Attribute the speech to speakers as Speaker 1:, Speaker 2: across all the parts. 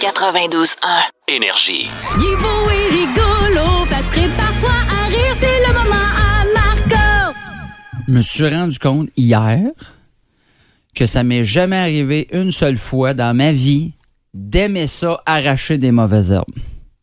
Speaker 1: 92.1.
Speaker 2: Énergie.
Speaker 3: Il est beau et rigolo, fait que prépare-toi à rire, c'est le moment à Marco.
Speaker 4: me suis rendu compte hier que ça m'est jamais arrivé une seule fois dans ma vie d'aimer ça arracher des mauvaises herbes.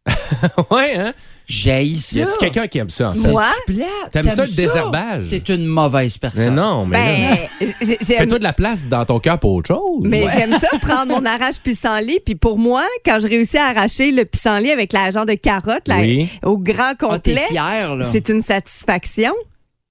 Speaker 5: ouais, hein?
Speaker 4: J'ai
Speaker 5: Y
Speaker 4: ça.
Speaker 5: a-tu quelqu'un qui aime ça? en fait?
Speaker 4: C'est-tu
Speaker 6: Moi?
Speaker 4: plate?
Speaker 5: T'aimes ça, le désherbage?
Speaker 4: T'es une mauvaise personne.
Speaker 5: Mais non, mais. là,
Speaker 6: Ben, j'ai- j'aime
Speaker 5: Fais-toi de la place dans ton cœur pour autre chose.
Speaker 6: Mais j'aime ça prendre mon arrache pissenlit. Puis pour moi, quand je réussis à arracher le pissenlit avec la genre de carotte là,
Speaker 5: Oui.
Speaker 6: au grand
Speaker 4: Ah, t'es
Speaker 6: complet,
Speaker 4: fier, là.
Speaker 6: c'est une satisfaction.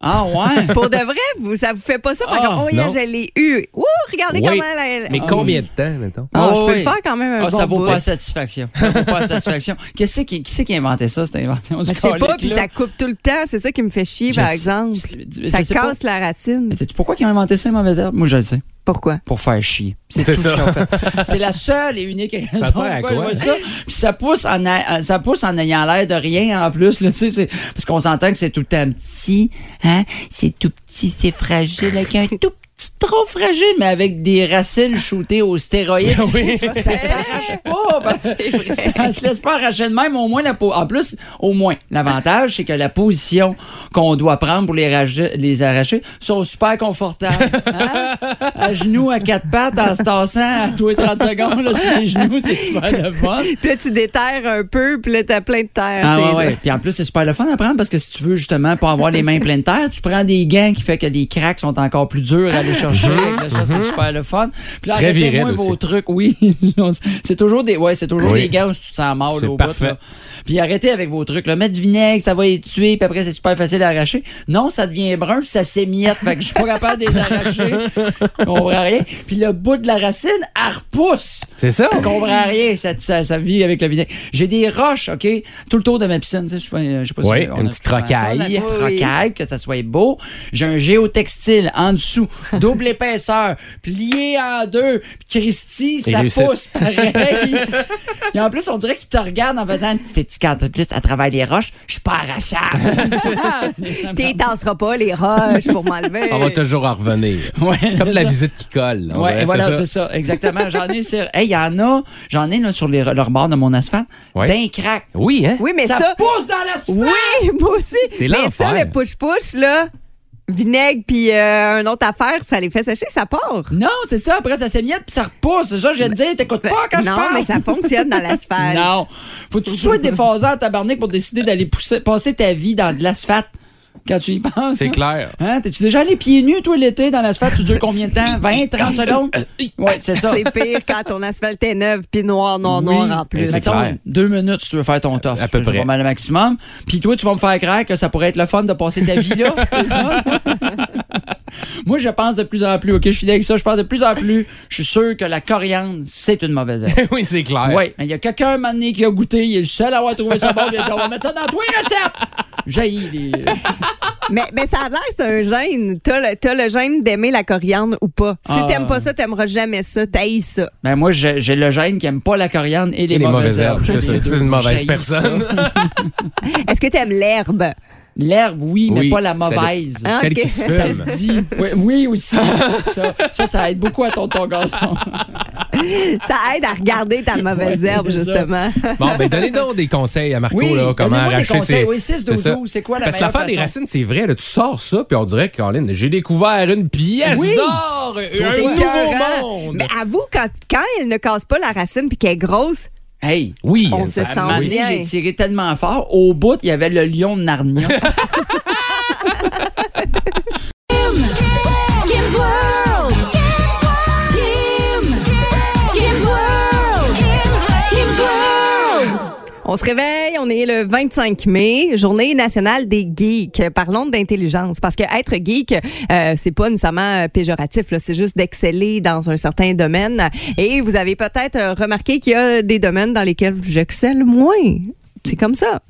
Speaker 4: Ah, ouais.
Speaker 6: Pour de vrai, vous, ça vous fait pas ça? Fait que,
Speaker 4: Ah,
Speaker 6: oh, yeah,
Speaker 5: non.
Speaker 6: je l'ai eu. Ouh, regardez
Speaker 5: Oui.
Speaker 6: comment elle... elle-
Speaker 5: Mais
Speaker 4: Ah,
Speaker 5: combien de temps, mettons?
Speaker 6: Ah,
Speaker 4: Ah,
Speaker 6: je peux
Speaker 4: oui.
Speaker 6: le faire quand même un
Speaker 4: Ah,
Speaker 6: bon
Speaker 4: ça vaut
Speaker 6: bout.
Speaker 4: pas satisfaction. Ça vaut pas satisfaction. Qu'est-ce qui, qui c'est qui a inventé ça, cette invention?
Speaker 6: Ben, Je sais pas, puis ça coupe tout le temps. C'est ça qui me fait chier, par exemple. Ça casse la racine.
Speaker 4: Mais sais-tu pourquoi ils ont inventé ça, les mauvaises herbes? Moi, je le sais.
Speaker 6: Pourquoi?
Speaker 4: Pour faire chier. C'est
Speaker 5: C'est
Speaker 4: tout
Speaker 5: ça.
Speaker 4: ce qu'ils ont fait. C'est la seule et unique raison
Speaker 5: Ça sert à
Speaker 4: pourquoi ils
Speaker 5: quoi?
Speaker 4: font ça. Puis ça pousse en, a- ça pousse en ayant l'air de rien en plus. Là, tu sais, c'est- parce qu'on s'entend que c'est tout le temps petit. Hein? C'est tout petit, c'est fragile, avec un tout petit trop fragile, mais avec des racines shootées aux stéroïdes. Ça s'arrache pas. parce que Ça se laisse pas arracher de même. Au moins, la po- en plus, au moins, l'avantage, c'est que la position qu'on doit prendre pour les, raje- les arracher sont super confortables. hein? À genoux, à quatre pattes, en se tassant à tous les 30 secondes là, sur les genoux, c'est super le fun.
Speaker 6: Puis là, tu déterres un peu, puis là, t'as plein de terre.
Speaker 4: Ah ouais,
Speaker 6: C'est-
Speaker 4: ouais. Puis en plus, c'est super le fun à prendre parce que si tu veux justement pas avoir les mains pleines de terre, tu prends des gants qui fait que les cracks sont encore plus durs à aller chercher. Fait que là, ça, c'est super le fun. Puis là,
Speaker 5: Mhm. Très
Speaker 4: arrêtez-moi
Speaker 5: viril
Speaker 4: vos
Speaker 5: aussi.
Speaker 4: trucs, oui. c'est toujours des ouais, c'est toujours
Speaker 5: Oui.
Speaker 4: des gants où tu te sens mal
Speaker 5: C'est
Speaker 4: au bout.
Speaker 5: parfait.
Speaker 4: là. Puis arrêtez avec vos trucs. Là. Mettre du vinaigre, ça va les tuer, puis après, c'est super facile à arracher. Non, ça devient brun, puis ça s'émiette. Fait que je suis pas capable de les arracher. Je comprends rien. Puis le bout de la racine, elle repousse.
Speaker 5: C'est ça?
Speaker 4: Je comprends rien, ça, ça, ça vit avec le vinaigre. J'ai des roches, OK, tout le tour de ma piscine. Tu sais, je sais pas, euh, je sais pas
Speaker 5: Oui,
Speaker 4: si on a
Speaker 5: une
Speaker 4: pu
Speaker 5: petite
Speaker 4: faire ça,
Speaker 5: rocaille.
Speaker 4: Une petite
Speaker 6: Oui.
Speaker 4: rocaille, que ça soit beau. J'ai un géotextile en dessous, double épaisseur, plié en deux. Puis Christy, ça
Speaker 5: réussissent.
Speaker 4: pousse pareil. Et en plus, on dirait qu'il te regarde en faisant Tu sais-tu quand t'es plus à travers les roches, je suis pas arrachable.
Speaker 6: T'y tasseras pas les roches pour m'enlever.
Speaker 5: On va toujours en revenir.
Speaker 4: Ouais,
Speaker 5: Comme la
Speaker 4: ça.
Speaker 5: visite qui colle. on
Speaker 4: Ouais,
Speaker 5: dirait,
Speaker 4: voilà,
Speaker 5: c'est ça.
Speaker 4: c'est ça. Exactement. J'en ai sur. Hey, il y en a. J'en ai là, sur les, le rebord de mon asphalte.
Speaker 5: Ouais.
Speaker 4: D'un crack.
Speaker 5: Oui, hein?
Speaker 6: Oui, mais
Speaker 4: ça,
Speaker 6: ça...
Speaker 4: pousse dans l'asphalte.
Speaker 6: Oui, moi aussi.
Speaker 5: C'est
Speaker 6: Mais ça,
Speaker 5: l'enfer.
Speaker 6: le push-push, là, vinaigre, puis euh, un autre affaire, ça les fait sécher, ça part.
Speaker 4: Non, c'est ça. Après, ça s'émiette puis ça repousse. C'est ça, que je viens de dire. T'écoutes pas quand je
Speaker 6: non,
Speaker 4: parle.
Speaker 6: mais ça fonctionne dans l'asphalte.
Speaker 4: Non. Faut que tu sois déphasé en tabarnak pour décider d'aller pousser- passer ta vie dans de l'asphalte quand tu y penses.
Speaker 5: C'est
Speaker 4: là.
Speaker 5: clair.
Speaker 4: Hein? T'es-tu déjà allé pieds nus, toi, l'été, dans l'asphalte? Tu dures combien de temps? 20, 30 secondes? Oui, c'est ça.
Speaker 6: C'est pire quand ton asphalte est neuf, puis noir, noir,
Speaker 4: Oui.
Speaker 6: noir en plus.
Speaker 5: c'est
Speaker 4: Mettons,
Speaker 5: clair.
Speaker 4: deux minutes si tu veux faire ton tof.
Speaker 5: À peu
Speaker 4: C'est
Speaker 5: près.
Speaker 4: pas mal le maximum. Puis toi, tu vas me faire croire que ça pourrait être le fun de passer ta vie là. C'est ça? Moi, je pense de plus en plus, OK, je suis avec ça, je pense de plus en plus. Je suis sûr que la coriandre, c'est une mauvaise herbe.
Speaker 5: oui, c'est clair.
Speaker 4: Oui, mais il y a quelqu'un un moment donné qui a goûté, il est le seul à avoir trouvé ça bon, puis il a dit, on va mettre ça dans tous les recettes. J'ai les...
Speaker 6: Mais, mais ça a l'air, que c'est un gène. T'as le, t'as le gène d'aimer la coriandre ou pas. Si
Speaker 4: Ah.
Speaker 6: t'aimes pas ça, t'aimeras jamais ça, t'haïs ça.
Speaker 4: Ben moi, j'ai j'ai le gène qui aime pas la coriandre et les,
Speaker 5: Et les mauvaises herbes, c'est
Speaker 4: Les
Speaker 5: ça,
Speaker 4: deux.
Speaker 5: c'est une mauvaise
Speaker 4: J'haïs
Speaker 5: personne.
Speaker 4: ça.
Speaker 6: Est-ce que t'aimes l'herbe?
Speaker 4: L'herbe, oui, mais
Speaker 5: Oui,
Speaker 4: pas la
Speaker 5: celle-
Speaker 4: mauvaise.
Speaker 6: Ah,
Speaker 5: Celle
Speaker 6: ok.
Speaker 5: qui se
Speaker 4: Ça
Speaker 5: fume.
Speaker 4: dit. Oui, aussi. Ça, ça, ça aide beaucoup à ton ton gazon.
Speaker 6: Ça aide à regarder ta mauvaise
Speaker 4: Ouais,
Speaker 6: herbe,
Speaker 4: c'est ça.
Speaker 6: justement.
Speaker 5: Bon, ben donnez donc des conseils à Marco,
Speaker 4: Oui,
Speaker 5: là, comment
Speaker 4: donnez-moi des
Speaker 5: arracher
Speaker 4: conseils.
Speaker 5: ses-
Speaker 4: Oui, 6, 12,
Speaker 5: ça.
Speaker 4: 12, c'est quoi la
Speaker 5: Parce que
Speaker 4: meilleure
Speaker 5: l'affaire des
Speaker 4: façon?
Speaker 5: racines, c'est vrai, là, tu sors ça, puis on dirait, Colin, j'ai découvert une pièce
Speaker 4: Oui.
Speaker 5: d'or,
Speaker 4: C'est
Speaker 5: un
Speaker 6: Écœurant.
Speaker 5: nouveau monde.
Speaker 6: Mais avoue, quand, quand elle ne casse pas la racine puis qu'elle est grosse,
Speaker 4: Hey!
Speaker 5: Ah Oui,
Speaker 6: on
Speaker 5: ça-
Speaker 6: se
Speaker 4: À un
Speaker 6: sent
Speaker 4: moment donné,
Speaker 6: bien.
Speaker 4: j'ai tiré tellement fort, au bout, il y avait le lion de Narnia.
Speaker 3: Kim's World. Kim. Kim's World. Kim's World.
Speaker 6: On On se réveille, on est le 25 mai, journée nationale des geeks. Parlons d'intelligence, parce que être geek, euh, c'est pas nécessairement euh, péjoratif, là, c'est juste d'exceller dans un certain domaine. Et vous avez peut-être euh, remarqué qu'il y a des domaines dans lesquels j'excelle moins. C'est comme ça.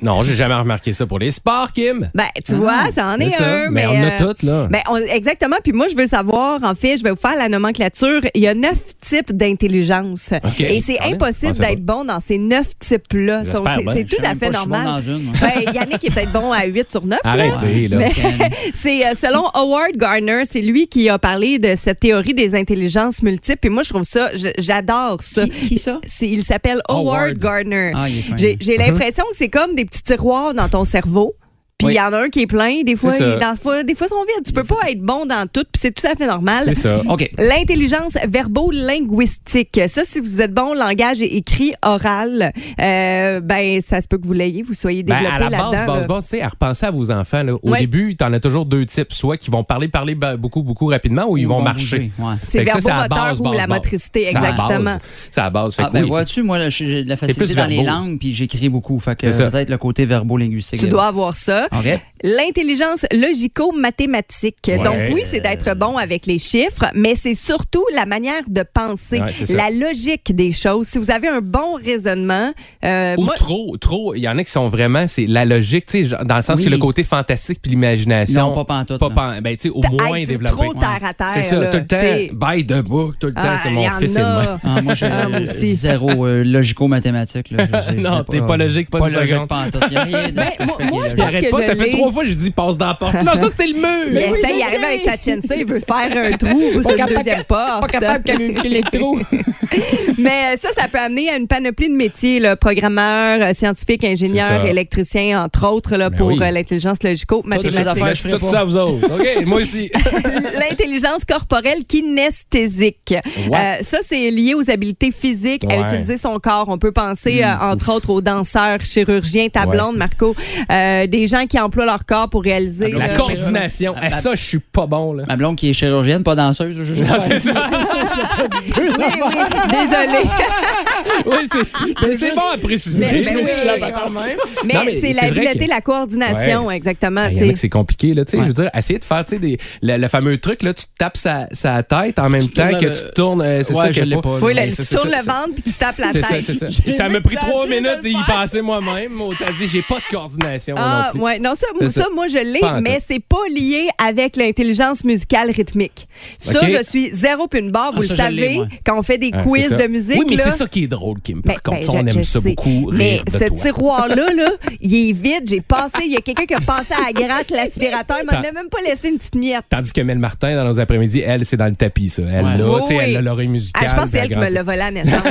Speaker 5: Non, j'ai jamais remarqué ça pour les sports, Kim.
Speaker 6: Ben, tu vois, ça en est,
Speaker 5: Ah, c'est ça.
Speaker 6: un.
Speaker 5: Mais
Speaker 6: Mais,
Speaker 5: on a
Speaker 6: euh,
Speaker 5: toutes, là.
Speaker 6: ben, on- exactement. Puis moi, je veux savoir, en fait, je vais vous faire la nomenclature. Il y a neuf types d'intelligence.
Speaker 5: OK.
Speaker 6: Et c'est
Speaker 5: Ah ouais?
Speaker 6: impossible
Speaker 5: Ah, c'est
Speaker 6: d'être bon dans ces neuf types-là.
Speaker 5: J'espère
Speaker 6: Donc, c'est-
Speaker 5: bien.
Speaker 6: C'est
Speaker 5: Je
Speaker 6: tout à fait
Speaker 4: Pas, je suis bon
Speaker 6: normal.
Speaker 4: dans une, moi.
Speaker 6: Ben, Yannick est peut-être bon à 8 sur 9.
Speaker 5: Arrêtez, là.
Speaker 6: C'est euh, selon Howard Gardner, c'est lui qui a parlé de cette théorie des intelligences multiples. Et moi, je trouve ça, je- j'adore ça.
Speaker 4: Qui- qui ça?
Speaker 6: C'est- Il s'appelle Howard,
Speaker 5: Howard.
Speaker 6: Gardner.
Speaker 4: Ah, il est fin.
Speaker 6: J'ai j'ai
Speaker 5: Uh-huh.
Speaker 6: l'impression que c'est comme des petits tiroirs dans ton cerveau. Puis il
Speaker 4: Oui.
Speaker 6: y en a un qui est plein, des fois,
Speaker 5: C'est ça.
Speaker 6: il- dans- fois- des fois ils sont vides. Tu peux pas être bon dans tout, puis c'est tout à fait normal.
Speaker 5: C'est ça.
Speaker 4: Euh, OK.
Speaker 6: L'intelligence verbo-linguistique. Ça, si vous êtes bon en langage écrit, oral, euh, ben ça se peut que vous l'ayez, vous soyez
Speaker 5: Ben,
Speaker 6: développé
Speaker 5: à la
Speaker 6: là-dedans.
Speaker 5: base, base,
Speaker 6: là.
Speaker 5: base, c'est à repenser à vos enfants. là. Au
Speaker 6: Ouais.
Speaker 5: début, t'en as toujours deux types. Soit qui vont parler, parler ba- beaucoup, beaucoup rapidement ou ils
Speaker 4: Ou
Speaker 5: vont,
Speaker 4: vont
Speaker 5: marcher.
Speaker 4: bouger, ouais.
Speaker 6: C'est
Speaker 5: Fait que ça,
Speaker 6: verbomoteur
Speaker 5: à base,
Speaker 6: ou
Speaker 5: base,
Speaker 6: la
Speaker 5: base.
Speaker 6: motricité,
Speaker 5: C'est à la base.
Speaker 6: exactement.
Speaker 5: C'est à la base. Fait
Speaker 4: Ah,
Speaker 5: que
Speaker 4: ben,
Speaker 5: oui.
Speaker 4: vois-tu, moi, là, j'ai j'ai de la facilité
Speaker 5: plus
Speaker 4: dans les
Speaker 5: verbaux.
Speaker 4: langues, puis j'écris beaucoup. Fait que
Speaker 5: C'est ça.
Speaker 4: euh, peut-être le côté verbo-linguistique.
Speaker 6: Tu
Speaker 4: euh,
Speaker 6: dois avoir ça.
Speaker 5: Ah,
Speaker 4: OK.
Speaker 6: L'intelligence logico-mathématique. Donc oui, c'est d'être bon avec les chiffres, mais c'est surtout la manière de penser,
Speaker 5: Ouais, c'est ça.
Speaker 6: la logique des choses. Si vous avez un bon raisonnement, euh,
Speaker 5: Ou
Speaker 6: moi-
Speaker 5: trop, trop. Il y en a qui sont vraiment, c'est la logique, tu sais, genre, dans le sens
Speaker 4: Oui.
Speaker 5: que le côté fantastique puis l'imagination.
Speaker 4: Non, pas pantoute,
Speaker 5: Pas
Speaker 4: non.
Speaker 5: pan- ben, tu sais, au
Speaker 6: T'as-
Speaker 5: moins
Speaker 6: hey, tu-
Speaker 5: développé.
Speaker 6: trop terre à terre,
Speaker 5: C'est ça,
Speaker 6: là,
Speaker 5: tout le temps.
Speaker 6: t'sais.
Speaker 5: By the book, tout le temps,
Speaker 6: Ah,
Speaker 5: c'est
Speaker 6: il
Speaker 5: mon
Speaker 6: y en
Speaker 5: fils et le
Speaker 6: a.
Speaker 5: même.
Speaker 4: Ah, moi, j'ai
Speaker 6: Ah, moi
Speaker 4: euh,
Speaker 6: aussi.
Speaker 4: zéro euh, logico-mathématique. là. Je- je- je
Speaker 5: Non,
Speaker 4: sais
Speaker 5: t'es pas logique, pas
Speaker 4: pas
Speaker 5: une
Speaker 4: logique,
Speaker 5: seconde.
Speaker 4: pas en tout. Il y a rien de-
Speaker 6: Ben,
Speaker 4: je- je
Speaker 6: moi-
Speaker 4: fais
Speaker 6: moi,
Speaker 4: rien
Speaker 6: je
Speaker 4: de-
Speaker 6: pense que je l'ai.
Speaker 5: fois que je dis passe dans la porte. Non, ça, c'est le mur.
Speaker 6: Il essaie d'y arriver avec sa chaîne ça, il veut faire un trou c'est une deuxième porte. Pas capable de communiquer les trous. Mais euh, ça, ça peut amener à une panoplie de métiers, là, programmeur, euh, scientifique,
Speaker 5: C'est
Speaker 6: ingénieur,
Speaker 5: ça.
Speaker 6: électricien, entre autres, là,
Speaker 5: Ben
Speaker 6: pour
Speaker 5: oui.
Speaker 6: euh, l'intelligence
Speaker 4: Toutes ces
Speaker 6: logico-mathématique.
Speaker 4: affaires, je ferai pas.
Speaker 5: vous autres. OK, moi aussi.
Speaker 6: L'intelligence corporelle kinesthésique.
Speaker 5: What?
Speaker 6: Euh, ça, c'est lié aux habiletés physiques,
Speaker 5: Ouais. Mm.
Speaker 6: à utiliser son corps. On peut penser, euh, entre autres, aux danseurs, chirurgiens,
Speaker 5: Ouais.
Speaker 6: tablondes, Marco, euh, des gens qui emploient leur corps pour réaliser... euh,
Speaker 5: La
Speaker 6: là,
Speaker 5: coordination. À ça, je suis pas bon, là.
Speaker 4: Ma blonde qui est chirurgienne, pas danseuse. je- je-
Speaker 5: Non, Ah, c'est ça.
Speaker 6: Oui, oui, désolé.
Speaker 5: Oui, c'est- mais c'est bon à préciser.
Speaker 6: Mais- mais oui. Mais,
Speaker 5: Non, mais c'est
Speaker 6: c'est
Speaker 5: vrai
Speaker 6: l'habileté,
Speaker 5: que-
Speaker 6: la coordination, exactement.
Speaker 5: Ah, Il y
Speaker 6: tu
Speaker 5: en a
Speaker 6: sais.
Speaker 5: que c'est compliqué, là, tu sais, je veux dire, essayer de faire, tu sais, des- le, le fameux truc, là, tu te tapes sa, sa tête en même temps
Speaker 4: tournes
Speaker 5: que
Speaker 4: le-
Speaker 5: tu tournes, euh, c'est
Speaker 4: Ouais,
Speaker 5: ça
Speaker 4: je
Speaker 5: qu'il
Speaker 4: l'ai
Speaker 5: faut.
Speaker 4: pas, là.
Speaker 6: oui,
Speaker 5: Mais
Speaker 6: là,
Speaker 5: c'est-
Speaker 6: tu
Speaker 5: c'est
Speaker 6: tournes
Speaker 5: ça,
Speaker 6: le
Speaker 5: c'est-
Speaker 6: ventre puis tu tapes la
Speaker 5: C'est ça,
Speaker 6: tête.
Speaker 5: c'est ça. Ça m'a pris trois minutes d'y passer moi-même. Autant dit, j'ai pas de coordination, moi
Speaker 6: Ah,
Speaker 5: non plus.
Speaker 6: ouais. Non, ça, moi,
Speaker 5: C'est ça.
Speaker 6: ça, moi, je l'ai,
Speaker 5: Pas en
Speaker 6: mais
Speaker 5: tout.
Speaker 6: c'est pas lié avec l'intelligence musicale rythmique. Ça,
Speaker 5: Ok.
Speaker 6: je suis zéro puis une barre, vous
Speaker 4: Ah,
Speaker 6: le
Speaker 4: ça, je l'ai,
Speaker 6: savez,
Speaker 4: moi.
Speaker 6: quand on fait des
Speaker 5: Ah, c'est
Speaker 6: quiz
Speaker 5: ça.
Speaker 6: de musique.
Speaker 5: Oui, mais
Speaker 6: là.
Speaker 5: c'est ça qui est drôle, Kim. Par
Speaker 6: Ben,
Speaker 5: contre,
Speaker 6: ben,
Speaker 5: ça, on
Speaker 6: je-
Speaker 5: aime
Speaker 6: je
Speaker 5: ça
Speaker 6: sais.
Speaker 5: beaucoup,
Speaker 6: Mais
Speaker 5: rire de
Speaker 6: ce
Speaker 5: toi.
Speaker 6: tiroir-là, là, il est vide. J'ai passé, il y a quelqu'un qui a passé à la gratte l'aspirateur, mais on n'a même pas laissé une petite miette.
Speaker 5: Tandis que Mel Martin, dans nos après-midi, elle, c'est dans le tapis, ça. Elle
Speaker 4: Ouais.
Speaker 5: l'a, tu sais,
Speaker 6: Oui.
Speaker 5: elle a l'oreille musicale.
Speaker 6: Ah, je pense que c'est elle qui me
Speaker 5: grandi.
Speaker 6: l'a volé à naissance.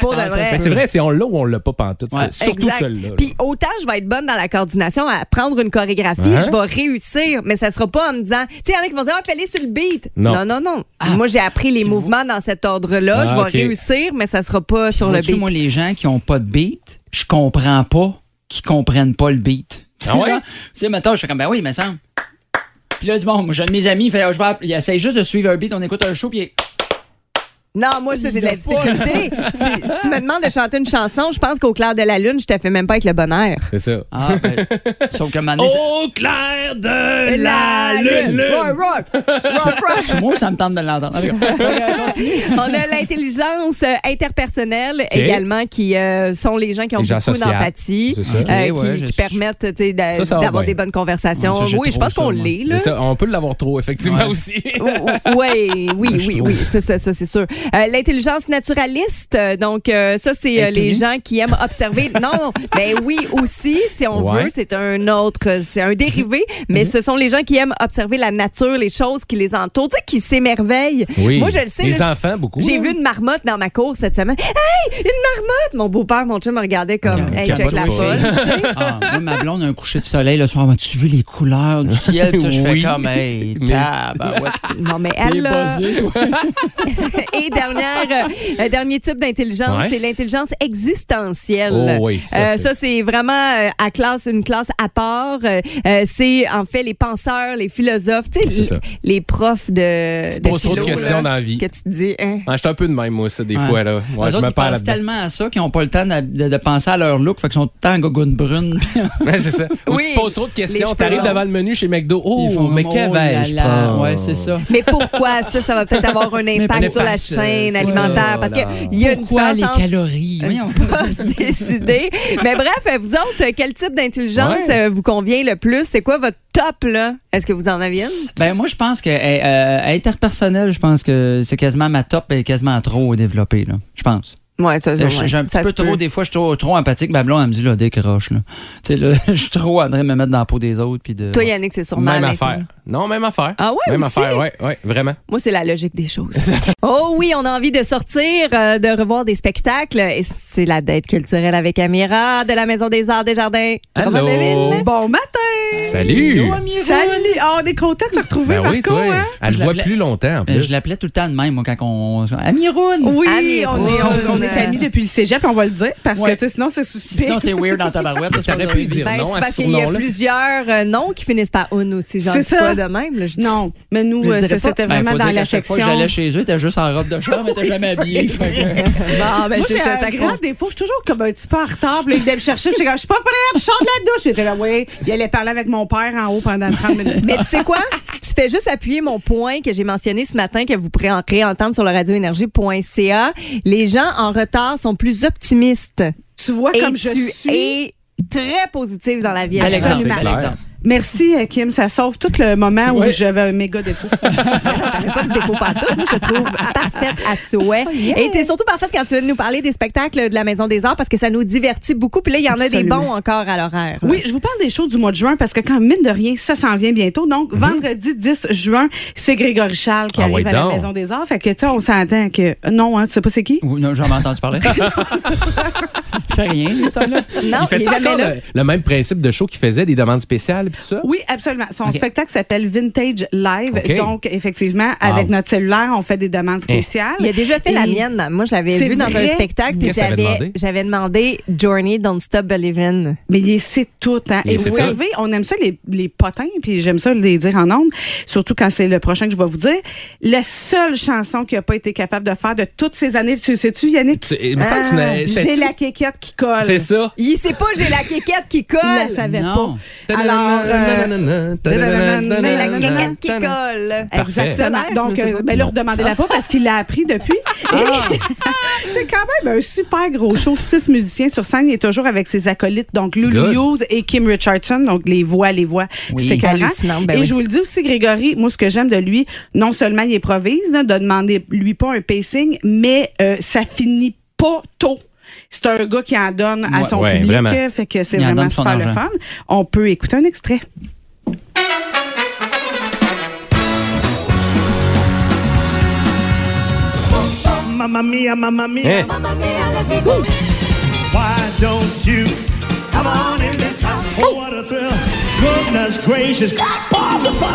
Speaker 6: Pour de
Speaker 4: Ah, ça,
Speaker 6: vrai.
Speaker 5: Ben, C'est vrai, c'est on l'a ou on l'a pas pantoute.
Speaker 4: Ouais.
Speaker 5: ça. Surtout
Speaker 6: Exact.
Speaker 5: celle-là. là.
Speaker 6: Puis autant je vais être bonne dans la coordination à prendre une chorégraphie,
Speaker 5: Hein?
Speaker 6: je vais réussir, mais ça sera pas en me disant, tu sais, il y en a qui vont dire, ah, fais-les sur le beat.
Speaker 5: Non.
Speaker 6: non, non. non. Moi, j'ai appris les mouvements dans cet ordre-là.
Speaker 5: Ah,
Speaker 6: je vais
Speaker 5: ok.
Speaker 6: réussir, mais ça sera pas sur le
Speaker 4: Vois-tu,
Speaker 6: beat.
Speaker 4: moi, les gens qui ont pas de beat, je comprends pas qu'ils comprennent pas le beat.
Speaker 5: Ah ouais?
Speaker 4: tu sais, maintenant, je fais comme, ben oui, il me semble. Puis là, du bon, moi, j'ai un de mes amis, il fait, Ah, je vais, app- il essaye juste de suivre un beat, on écoute un show, puis il est-
Speaker 6: Non, moi, ça, j'ai de la
Speaker 4: Il l'a pas.
Speaker 6: difficulté. si, si tu me demandes de chanter une chanson, je pense qu'au clair de la lune, je te fais même pas avec le bonheur.
Speaker 5: C'est ça.
Speaker 4: Ah, ben, sauf que maintenant,
Speaker 5: Au clair de la lune.
Speaker 6: Rock, rock, rock, rock.
Speaker 4: moi, ça me tente de l'entendre. Ah, En tout cas.
Speaker 6: On a l'intelligence euh, interpersonnelle également qui euh, sont les gens qui ont
Speaker 5: Les gens
Speaker 6: beaucoup
Speaker 5: sociables.
Speaker 6: d'empathie,
Speaker 5: C'est ça.
Speaker 6: euh,
Speaker 4: Ok,
Speaker 6: qui,
Speaker 4: ouais,
Speaker 6: qui
Speaker 4: je-
Speaker 6: permettent tu sais, d'a-
Speaker 5: Ça, ça va
Speaker 6: d'avoir
Speaker 5: bien.
Speaker 6: des bonnes conversations.
Speaker 4: Ouais, ça, j'ai
Speaker 6: oui, je
Speaker 4: trop
Speaker 6: pense qu'on
Speaker 4: ça, moi.
Speaker 6: l'est. là.
Speaker 5: C'est ça, on peut l'avoir trop, effectivement, aussi.
Speaker 6: oui, oui, oui, oui, ça, ça, ça, c'est sûr. Euh, L'intelligence naturaliste, euh, donc euh, ça, c'est euh,
Speaker 4: Elle est
Speaker 6: les
Speaker 4: nue.
Speaker 6: gens qui aiment observer. non, ben oui, aussi, si on
Speaker 5: Ouais. Mhm.
Speaker 6: veut, c'est un autre, euh, c'est un dérivé, mais ce sont les gens qui aiment observer la nature, les choses qui les entourent, tu sais, qui s'émerveillent. Moi, je le sais,
Speaker 5: Les
Speaker 6: là,
Speaker 5: enfants, beaucoup.
Speaker 6: j'ai
Speaker 5: là.
Speaker 6: vu une marmotte dans ma cour cette semaine. Hey, une marmotte! Mon beau-père, mon chum me regardait comme,
Speaker 4: Ah,
Speaker 6: hey,
Speaker 5: capote
Speaker 6: check la
Speaker 5: pas.
Speaker 6: folle. tu sais.
Speaker 4: Ah, moi, ma blonde a un coucher de soleil le soir. Tu veux les couleurs du ciel? Puis là, Je fais
Speaker 5: Oui.
Speaker 4: comme, hey,
Speaker 5: Mais-
Speaker 4: tabarouette.
Speaker 6: Non, mais elle, là.
Speaker 4: buzzé, toi.
Speaker 6: Et dernière, euh, dernier type d'intelligence,
Speaker 5: Ouais.
Speaker 6: c'est l'intelligence existentielle.
Speaker 5: Oh oui, ça,
Speaker 6: Euh,
Speaker 5: c'est-
Speaker 6: ça, c'est vraiment euh, à classe, une classe à part. Euh, euh, c'est en fait les penseurs, les philosophes, tu sais,
Speaker 5: c'est ça.
Speaker 6: les, les profs de.
Speaker 5: Tu te poses trop de
Speaker 6: philo,
Speaker 5: questions
Speaker 6: là,
Speaker 5: dans la vie.
Speaker 6: Que tu te dis, hein?
Speaker 5: Ouais, je suis un peu de même, moi, ça, des
Speaker 4: Ouais.
Speaker 5: fois. Là. Ouais,
Speaker 4: Eux
Speaker 5: je
Speaker 4: autres,
Speaker 5: me perds
Speaker 4: ils pensent
Speaker 5: là-dedans.
Speaker 4: tellement à ça qu'ils n'ont pas le temps de, de- de penser à leur look, fait qu'ils sont tout le temps en gogoune brune.
Speaker 5: Ouais, c'est ça. Ou
Speaker 6: Oui.
Speaker 5: tu te poses trop de
Speaker 6: Les
Speaker 5: questions,
Speaker 6: cheveux
Speaker 5: t'arrives
Speaker 6: longs.
Speaker 5: devant le menu chez McDo. Oh,
Speaker 4: Ils font
Speaker 5: mais
Speaker 4: comme,
Speaker 5: que
Speaker 4: oh là
Speaker 5: vais-je
Speaker 4: là.
Speaker 5: prendre?
Speaker 4: Ouais, c'est ça.
Speaker 6: Mais pourquoi ça, ça va peut-être avoir un impact sur la
Speaker 5: l'impact,
Speaker 6: chaîne
Speaker 5: c'est
Speaker 6: alimentaire?
Speaker 5: ça,
Speaker 6: Parce
Speaker 5: là.
Speaker 6: qu'il y a une
Speaker 4: Pourquoi
Speaker 6: différence
Speaker 4: les
Speaker 6: entre
Speaker 4: calories? Voyons.
Speaker 6: pas se décider. Mais bref, euh, vous autres, euh, quel type d'intelligence
Speaker 5: Ouais.
Speaker 6: euh, vous convient le plus? C'est quoi votre top, là? Est-ce que vous en aviez une?
Speaker 4: Ben moi, je pense que euh, à interpersonnel, je pense que c'est quasiment ma top et quasiment trop développée, là. Je pense.
Speaker 6: Ouais, ça,
Speaker 4: Euh, J'ai j'ai un petit peu trop, des fois, je suis trop, trop empathique. Ma blonde, elle me dit, là, décroche, là. Tu sais, là, je suis trop en train de me mettre dans la peau des autres. Puis de...
Speaker 6: Toi, Yannick, c'est sûrement
Speaker 5: Même
Speaker 6: l'intelligence.
Speaker 5: affaire. Non, même affaire.
Speaker 6: Ah ouais,
Speaker 5: Même
Speaker 6: aussi?
Speaker 5: affaire, ouais, ouais, vraiment.
Speaker 6: Moi, c'est la logique des choses. oh oui, on a envie de sortir, euh, de revoir des spectacles. Et c'est la dette culturelle avec Amira de la Maison des Arts des Jardins.
Speaker 5: Allô.
Speaker 7: Bon matin!
Speaker 5: Salut!
Speaker 7: Salut! Ah, on est content de se retrouver,
Speaker 5: Ben oui,
Speaker 7: Marco,
Speaker 5: toi.
Speaker 7: hein?
Speaker 5: Elle
Speaker 4: Je
Speaker 5: le voit
Speaker 4: l'appelais-
Speaker 5: plus longtemps. en
Speaker 4: Euh,
Speaker 5: plus.
Speaker 4: je l'appelais tout le temps de même, moi, quand on. Amiroun!
Speaker 7: Oui,
Speaker 6: Amirone.
Speaker 7: on est, on- on est amis depuis le cégep, on va le dire, parce
Speaker 4: Ouais.
Speaker 7: que tu sais, sinon, c'est suspect.
Speaker 4: Sinon, c'est weird dans ta barouette. là,
Speaker 5: T'aurais
Speaker 4: c'est pas
Speaker 5: pu
Speaker 4: grave.
Speaker 5: dire
Speaker 6: Ben,
Speaker 5: non
Speaker 6: c'est
Speaker 5: à
Speaker 6: parce
Speaker 5: ce
Speaker 6: qu'il y a
Speaker 5: surnom-là.
Speaker 6: plusieurs euh, noms qui finissent par un aussi. J'en
Speaker 7: C'est
Speaker 6: dis
Speaker 7: ça.
Speaker 6: pas de même. là. Je dis-
Speaker 7: Non, mais nous,
Speaker 4: Je le
Speaker 7: euh,
Speaker 4: dirais
Speaker 7: ça,
Speaker 4: pas.
Speaker 7: c'était
Speaker 4: Ben,
Speaker 7: vraiment
Speaker 4: faut
Speaker 7: dans
Speaker 4: dire qu'à chaque fois que
Speaker 7: l'affection.
Speaker 4: J'allais chez eux, t'es juste en robe de chambre, t'es jamais habillée. fait que-
Speaker 6: Bon, ben,
Speaker 7: Moi,
Speaker 6: c'est
Speaker 7: j'ai
Speaker 6: ça,
Speaker 7: un
Speaker 6: ça
Speaker 7: grand
Speaker 6: compte.
Speaker 7: défaut. Je suis toujours comme un petit peu en retard. Puis là, il venait me chercher. puis J'étais comme, je suis pas prête, je sors de la douche. Puis il était là, oui. Il allait parler avec mon père en haut pendant 30 minutes.
Speaker 6: Mais tu sais quoi? tu fais juste appuyer mon point que j'ai mentionné ce matin, que vous pourrez en réentendre sur le radioénergie.ca. Les gens en retard sont plus optimistes.
Speaker 7: tu vois
Speaker 6: et
Speaker 7: Ah, comme je
Speaker 6: tu
Speaker 7: suis.
Speaker 6: es très positive dans la vie.
Speaker 5: Ben,
Speaker 7: Alexandre.
Speaker 4: Alexandre,
Speaker 7: Absolument.
Speaker 4: Alexandre.
Speaker 7: Merci, euh, Kim. Ça sauve tout le moment où
Speaker 4: Ouais.
Speaker 7: j'avais un méga défaut.
Speaker 6: T'avais pas de défaut partout. Moi, je te trouve parfaite à souhait.
Speaker 7: Oh,
Speaker 6: Et t'es surtout parfaite quand tu viens de nous parler des spectacles de la Maison des Arts parce que ça nous divertit beaucoup. Puis là, il y en a des
Speaker 7: Absolument.
Speaker 6: bons encore à l'horaire. là.
Speaker 7: Oui, je vous parle des shows du mois de juin parce que quand mine de rien, ça s'en vient bientôt. Donc, vendredi 10 juin, c'est Grégory Charles qui
Speaker 5: Mhm. Ah
Speaker 7: arrive
Speaker 5: ouais,
Speaker 7: à la
Speaker 5: donc.
Speaker 7: Maison des Arts. Fait que, tu sais, on s'entend que... Non, hein, tu sais pas c'est qui?
Speaker 4: Ou- Non, j'en ai entendu parler. Fais rien, lui, ça, là.
Speaker 6: Non,
Speaker 5: Il fait
Speaker 6: est jamais
Speaker 5: encore
Speaker 6: là.
Speaker 5: le, le même principe de show qu'il faisait, des demandes spéciales et tout ça?
Speaker 7: Oui, absolument. Son
Speaker 4: Ok.
Speaker 7: spectacle s'appelle Vintage Live.
Speaker 5: Ok. Eh.
Speaker 7: Donc, effectivement, avec notre cellulaire, on fait des demandes spéciales.
Speaker 6: Il a déjà fait
Speaker 7: Et-
Speaker 6: la mienne. Moi, je l'avais
Speaker 7: C'est
Speaker 6: vu dans un
Speaker 7: vrai?
Speaker 6: spectacle, puis
Speaker 5: Qu'est-ce que t'avais
Speaker 6: j'avais
Speaker 5: demandé?
Speaker 6: j'avais demandé Journey Don't Stop Believin'.
Speaker 7: Mais il c'est tout. Hein?
Speaker 5: Il
Speaker 7: Et
Speaker 5: sait
Speaker 7: vous
Speaker 5: tout.
Speaker 7: savez, on aime ça, les, les potins, puis j'aime ça les dire en ondes, surtout quand c'est le prochain que je vais vous dire. La seule chanson qu'il n'a pas été capable de faire de toutes ces années, tu sais-tu, Yannick?
Speaker 5: Tu- il me semble que tu n'as- c'était-
Speaker 7: Ah, J'ai la quéquette qui colle.
Speaker 5: C'est ça?
Speaker 6: Il sait pas, j'ai la quéquette qui colle.
Speaker 7: Il la savait
Speaker 4: Non.
Speaker 7: pas. Alors, euh,
Speaker 6: J'ai la
Speaker 7: Non, non,
Speaker 6: quéquette qui colle.
Speaker 5: Parfait.
Speaker 7: Exactement. Donc, euh, ben là, redemandez-la pas parce qu'il l'a appris depuis. Et- c'est quand même un super gros show. Six musiciens sur scène. Il est toujours avec ses acolytes, donc Lou
Speaker 5: Good.
Speaker 7: Hughes et Kim Richardson. Donc, les voix, les voix.
Speaker 4: Oui.
Speaker 7: C'est écœurant.
Speaker 6: Hallucinant, ben
Speaker 7: et
Speaker 6: oui.
Speaker 7: je vous le dis aussi, Grégory, moi, ce que j'aime de lui, non seulement il improvise, là, de demander lui pas un pacing, mais euh, ça finit pas tôt. C'est un gars qui en donne à
Speaker 4: Ouais,
Speaker 7: son
Speaker 5: ouais,
Speaker 7: public.
Speaker 5: vraiment.
Speaker 7: euh, Fait que c'est
Speaker 4: Il en
Speaker 7: vraiment
Speaker 4: donne son
Speaker 7: super le
Speaker 4: argent.
Speaker 7: fun. On peut écouter un extrait.
Speaker 8: Mamma mia, mamma mia,
Speaker 5: Hein?
Speaker 8: why don't you come on in this house? Oh, what a thrill! Goodness gracious, God balls of fire!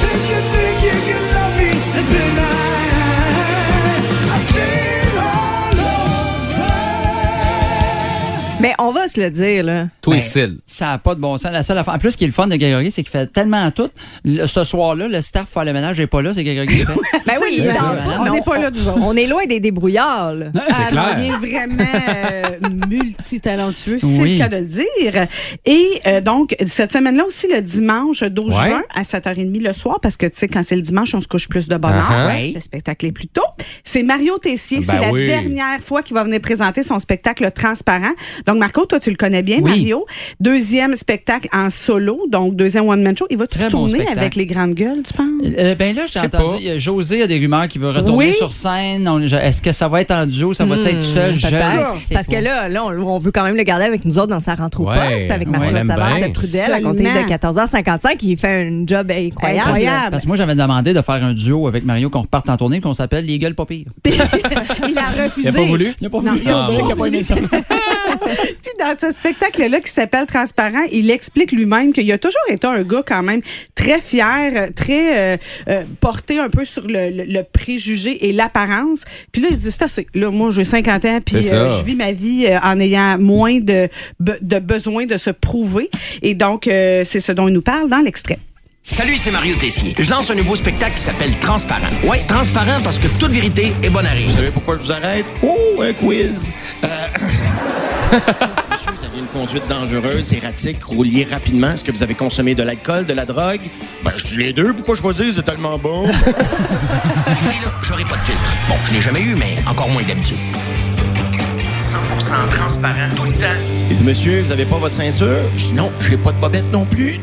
Speaker 8: Think you think you can love me? It's midnight. I feel all over.
Speaker 6: Mais on va se le dire, là.
Speaker 5: Twisted.
Speaker 4: Ça n'a pas de bon sens. La seule affaire. En plus, ce qui est le fun de Grégory, c'est qu'il fait tellement tout. Le- ce soir-là, le staff pour le ménage n'est pas là, c'est Grégory qui le fait.
Speaker 6: Ben oui, il est
Speaker 4: c'est
Speaker 6: dans-
Speaker 4: vrai.
Speaker 7: On
Speaker 6: non,
Speaker 7: n'est pas là, nous autres.
Speaker 6: On est loin des débrouillards, là.
Speaker 5: C'est
Speaker 7: Alors, il
Speaker 5: clair.
Speaker 7: est vraiment euh, multitalentueux, c'est
Speaker 4: Oui.
Speaker 7: le cas de le dire. Et euh, donc, cette semaine-là aussi, le dimanche 12
Speaker 5: Ouais.
Speaker 7: juin à 7h30 le soir, parce que, tu sais, quand c'est le dimanche, on se couche plus de bonheur.
Speaker 5: Uh-huh.
Speaker 4: Ouais.
Speaker 7: Le spectacle est plus tôt. C'est Mario Tessier.
Speaker 5: Ben
Speaker 7: c'est
Speaker 5: oui.
Speaker 7: la dernière fois qu'il va venir présenter son spectacle transparent. Donc, Marco, toi, tu le connais bien,
Speaker 4: Oui.
Speaker 7: Mario. Deuxième spectacle en solo, donc deuxième one-man show. Il va
Speaker 4: Très bon
Speaker 7: tourner
Speaker 4: spectacle.
Speaker 7: avec les grandes gueules, tu penses?
Speaker 4: Euh, ben là, j'ai
Speaker 5: sais pas.
Speaker 4: entendu, il y a José a des rumeurs qui veut retourner
Speaker 7: Oui. Hmm.
Speaker 4: sur scène. On- je- Est-ce que ça va être en duo? Ça va être seul? Je
Speaker 6: Peut-être.
Speaker 4: sais
Speaker 6: Parce que
Speaker 4: pas.
Speaker 6: là, là on, on veut quand même le garder avec nous autres dans sa rentre au
Speaker 5: Ouais,
Speaker 6: poste avec
Speaker 5: on
Speaker 6: Marc-Claude
Speaker 5: l'aime
Speaker 6: Savard,
Speaker 5: bien.
Speaker 6: cette Trudel, à compter de
Speaker 7: Absolument.
Speaker 6: 14h55, qui fait un job incroyable.
Speaker 7: Incroyable.
Speaker 4: Parce que moi, j'avais demandé de faire un duo avec Mario, qu'on reparte en tournée, qu'on s'appelle Les Gueules pas pires.
Speaker 7: Ah, Il a refusé.
Speaker 5: Il a pas voulu?
Speaker 4: Il n'a pas
Speaker 7: Non,
Speaker 4: voulu. Ah,
Speaker 7: il a
Speaker 4: On dirait qu'il a pas aimé ça.
Speaker 7: Puis dans ce spectacle-là qui s'appelle Transparent, transparent. Il explique lui-même qu'il a toujours été un gars quand même très fier, euh, très euh, euh, porté un peu sur le, le- le préjugé et l'apparence. Puis là, il se dit, c'est assez. Là, moi, j'ai 50 ans, puis
Speaker 5: C'est ça.
Speaker 7: euh, je vis ma vie euh, en ayant moins de, be- de besoin de se prouver. Et donc, euh, c'est ce dont il nous parle dans l'extrait.
Speaker 9: Salut, c'est Mario Tessier. Je lance un nouveau spectacle qui s'appelle Transparent. Ouais, transparent parce que toute vérité est bonne à rire.
Speaker 8: savez pourquoi je vous arrête? Oh, un quiz! Euh, Monsieur, vous aviez une conduite dangereuse, erratique, rouliez rapidement. Est-ce que vous avez consommé de l'alcool, de la drogue? Ben, je dis les deux. Pourquoi choisir? C'est tellement bon.
Speaker 9: Dis là, j'aurai pas de filtre. Bon, je l'ai jamais eu, mais encore moins que d'habitude. 100% transparent tout le temps.
Speaker 8: Il dit, monsieur, vous avez pas votre ceinture? Je dis, non, j'ai pas de bobette non plus.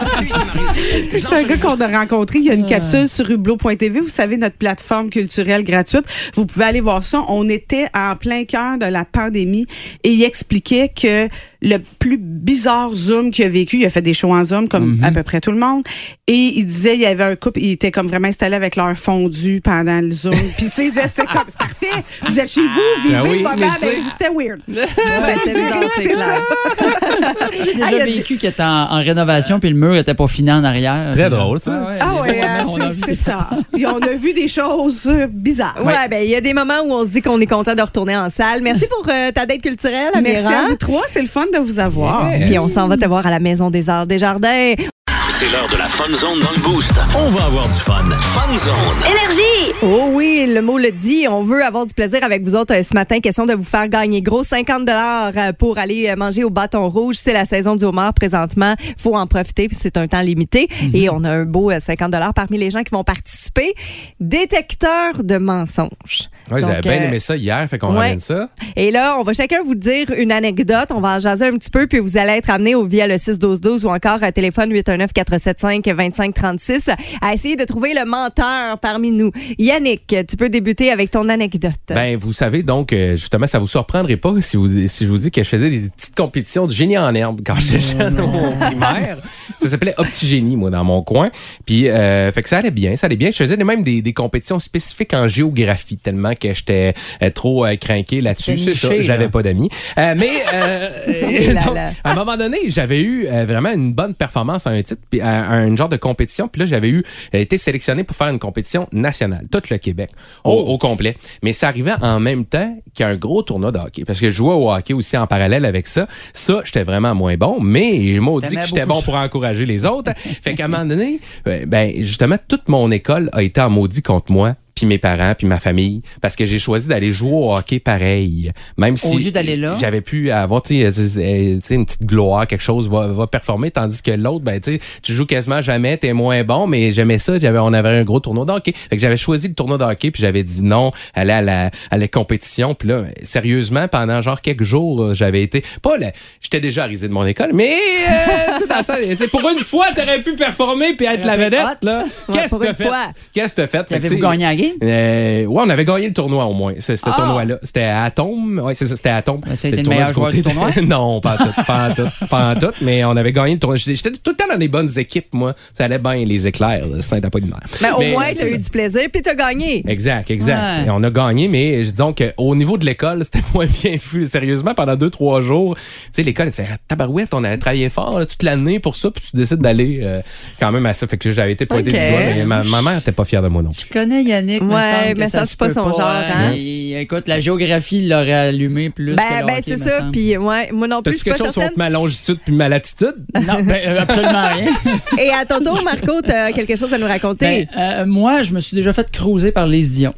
Speaker 9: Salut, c'est Mario Tessier. Je
Speaker 7: C'est un
Speaker 9: lance
Speaker 7: gars qu'on a rencontré. Il y a une capsule sur hublot.tv. Vous savez, notre plateforme culturelle gratuite. Vous pouvez aller voir ça. On était en plein cœur de la pandémie et il expliquait que le plus bizarre Zoom qu'il a vécu, il a fait des shows en Zoom comme à peu près tout le monde. Et il disait, il y avait un couple, ils étaient comme vraiment installés avec leur fondu pendant le Zoom. Puis tu sais, il disait, c'était comme, c'est parfait. Vous êtes chez vous, vivez
Speaker 5: Ben oui,
Speaker 7: le moment.
Speaker 5: mais tu
Speaker 7: Ben,
Speaker 5: sais-
Speaker 7: c'était weird. Ben,
Speaker 6: Ouais, c'est bizarre, c'est
Speaker 7: C'était
Speaker 6: clair.
Speaker 7: ça.
Speaker 4: J'ai
Speaker 7: Ah, il y
Speaker 4: déjà
Speaker 7: a-
Speaker 4: vécu qui était en, en rénovation, puis le mur était pas fini en arrière.
Speaker 5: Très drôle, ça.
Speaker 7: Ah ouais, euh,
Speaker 4: on a
Speaker 7: c'est-
Speaker 4: vu.
Speaker 7: c'est ça. Et on a vu des choses euh, bizarres.
Speaker 6: Ouais, ben il y a des moments où on se dit qu'on est content de retourner en salle. Merci pour euh, ta date culturelle,
Speaker 7: Merci
Speaker 6: Améra.
Speaker 7: à vous trois, c'est le fun de vous avoir.
Speaker 5: Yes.
Speaker 6: Puis on s'en va te voir à la Maison des Arts des Jardins.
Speaker 2: C'est l'heure de la Fun Zone dans le Boost. On va avoir du fun. Fun Zone.
Speaker 6: Oh oui, le mot le dit. On veut avoir du plaisir avec vous autres euh, ce matin. Question de vous faire gagner gros 50 dollars pour aller euh, manger au bâton rouge. C'est la saison du homard présentement. Faut en profiter puis c'est un temps limité.
Speaker 5: Mhm.
Speaker 6: Et on a un beau euh, 50 dollars parmi les gens qui vont participer. Détecteur de mensonges.
Speaker 5: Ouais,
Speaker 6: Donc,
Speaker 5: J'avais bien
Speaker 6: euh,
Speaker 5: aimé ça hier, fait qu'on
Speaker 6: ouais.
Speaker 5: ramène ça.
Speaker 6: Et là, on va chacun vous dire une anecdote. On va en jaser un petit peu, puis vous allez être amené au via le 6-12-12 ou encore à téléphone 819-475-2536 à essayer de trouver le menteur parmi nous. Yannick, tu peux débuter avec ton anecdote.
Speaker 5: Ben, vous savez, donc, euh, justement, ça vous surprendrait pas si, vous, si je vous dis que je faisais des petites compétitions de génie en herbe quand j'étais
Speaker 4: Oh,
Speaker 5: jeune au primaire. Ça s'appelait Optigénie, moi, dans mon coin. Puis, euh, fait que ça allait bien, ça allait bien. Je faisais même des, des compétitions spécifiques en géographie, tellement que j'étais euh, trop euh, craqué là-dessus.
Speaker 4: C'était
Speaker 5: C'est ça,
Speaker 4: niché,
Speaker 5: j'avais
Speaker 4: là.
Speaker 5: pas d'amis. Euh, mais, euh,
Speaker 6: Et là,
Speaker 5: donc,
Speaker 6: là.
Speaker 5: à un moment donné, j'avais eu euh, vraiment une bonne performance à un titre, puis à, à un genre de compétition. Puis là, j'avais eu euh, été sélectionné pour faire une compétition nationale, tout le Québec, au, au complet. Mais ça arrivait en même temps qu'un gros tournoi de hockey, parce que je jouais au hockey aussi en parallèle avec ça. Ça, j'étais vraiment moins bon, mais m'ont dit
Speaker 4: T'aimais
Speaker 5: que j'étais
Speaker 4: beaucoup
Speaker 5: bon
Speaker 4: ça.
Speaker 5: pour encourager les autres. fait qu'à un moment donné, euh, ben justement, toute mon école a été en maudit contre moi puis mes parents, puis ma famille, parce que j'ai choisi d'aller jouer au hockey pareil. Même si
Speaker 4: lieu d'aller là.
Speaker 5: j'avais avait pu avoir tu sais, euh, tu sais, une petite gloire, quelque chose va, va performer, tandis que l'autre, ben, tu sais, tu joues quasiment jamais, t'es moins bon, mais j'aimais ça, j'avais, on avait un gros tournoi de hockey. Fait que j'avais choisi le tournoi de hockey, puis j'avais dit non, aller à la, à la compétition. Puis là, sérieusement, pendant genre quelques jours, euh, j'avais été. Pas le- J'étais déjà risé de mon école, mais euh, tu sais, dans ça, tu sais, pour une fois, t'aurais pu performer puis être la
Speaker 4: T'aurais pu être
Speaker 5: vedette, là.
Speaker 6: Ouais,
Speaker 5: Qu'est-ce
Speaker 6: pour
Speaker 5: que t'as
Speaker 6: une
Speaker 5: fait?
Speaker 6: fois.
Speaker 5: Qu'est-ce que t'as fait? Fait que, tu
Speaker 4: Avez-vous
Speaker 5: sais,
Speaker 4: gagné la game?
Speaker 5: euh, ouais, on avait gagné le tournoi au moins. C'est- Ce
Speaker 4: Ah!
Speaker 5: tournoi-là. C'était à Atom. Ouais, c'est ça, c'était à Atom.
Speaker 4: Ben, ça a
Speaker 5: C'est
Speaker 4: été le
Speaker 5: tournoi
Speaker 4: meilleur
Speaker 5: du côté
Speaker 4: joueur
Speaker 5: de-
Speaker 4: du
Speaker 5: non, pas en tout, pas en tout, pas en tout, mais on avait gagné le tournoi. J'étais j'étais tout le temps dans les bonnes équipes, moi. Ça allait bien, les éclairs, de Saint-Apollinaire.
Speaker 6: Ben, au
Speaker 5: Mais- euh,
Speaker 6: moins, tu as eu du plaisir, puis tu as gagné.
Speaker 5: Exact, exact.
Speaker 4: Ouais.
Speaker 5: Et on a gagné, mais je- disons qu'au niveau de l'école, c'était moins bien vu. Sérieusement, pendant deux, trois jours, tu sais, l'école, elle se fait Ah, tabarouette, on avait travaillé fort là, toute l'année pour ça, puis tu décides d'aller euh, quand même à ça. Fait que j'avais été pointé
Speaker 6: Ok.
Speaker 5: du doigt, mais ma, ma mère n'était pas fière de moi non plus.
Speaker 4: Je connais Yannick, me
Speaker 6: Ouais,
Speaker 4: semble que
Speaker 6: mais ça,
Speaker 4: ça,
Speaker 6: c'est
Speaker 4: se
Speaker 6: pas
Speaker 4: peut
Speaker 6: son genre, hein.
Speaker 4: Il- écoute, la géographie l'aurait allumé plus que
Speaker 6: Ben,
Speaker 4: le
Speaker 6: ben
Speaker 4: hockey, me
Speaker 6: c'est ça.
Speaker 4: semble.
Speaker 6: Puis, ouais, moi non plus,
Speaker 5: T'as-tu
Speaker 6: je suis pas
Speaker 5: quelque chose
Speaker 6: certaine.
Speaker 5: contre ma longitude puis ma latitude?
Speaker 4: Non, ben, euh, absolument rien.
Speaker 6: Et à ton tour, Marco, tu as quelque chose à nous raconter.
Speaker 4: Ben, euh, moi, je me suis déjà fait cruiser par les Dion.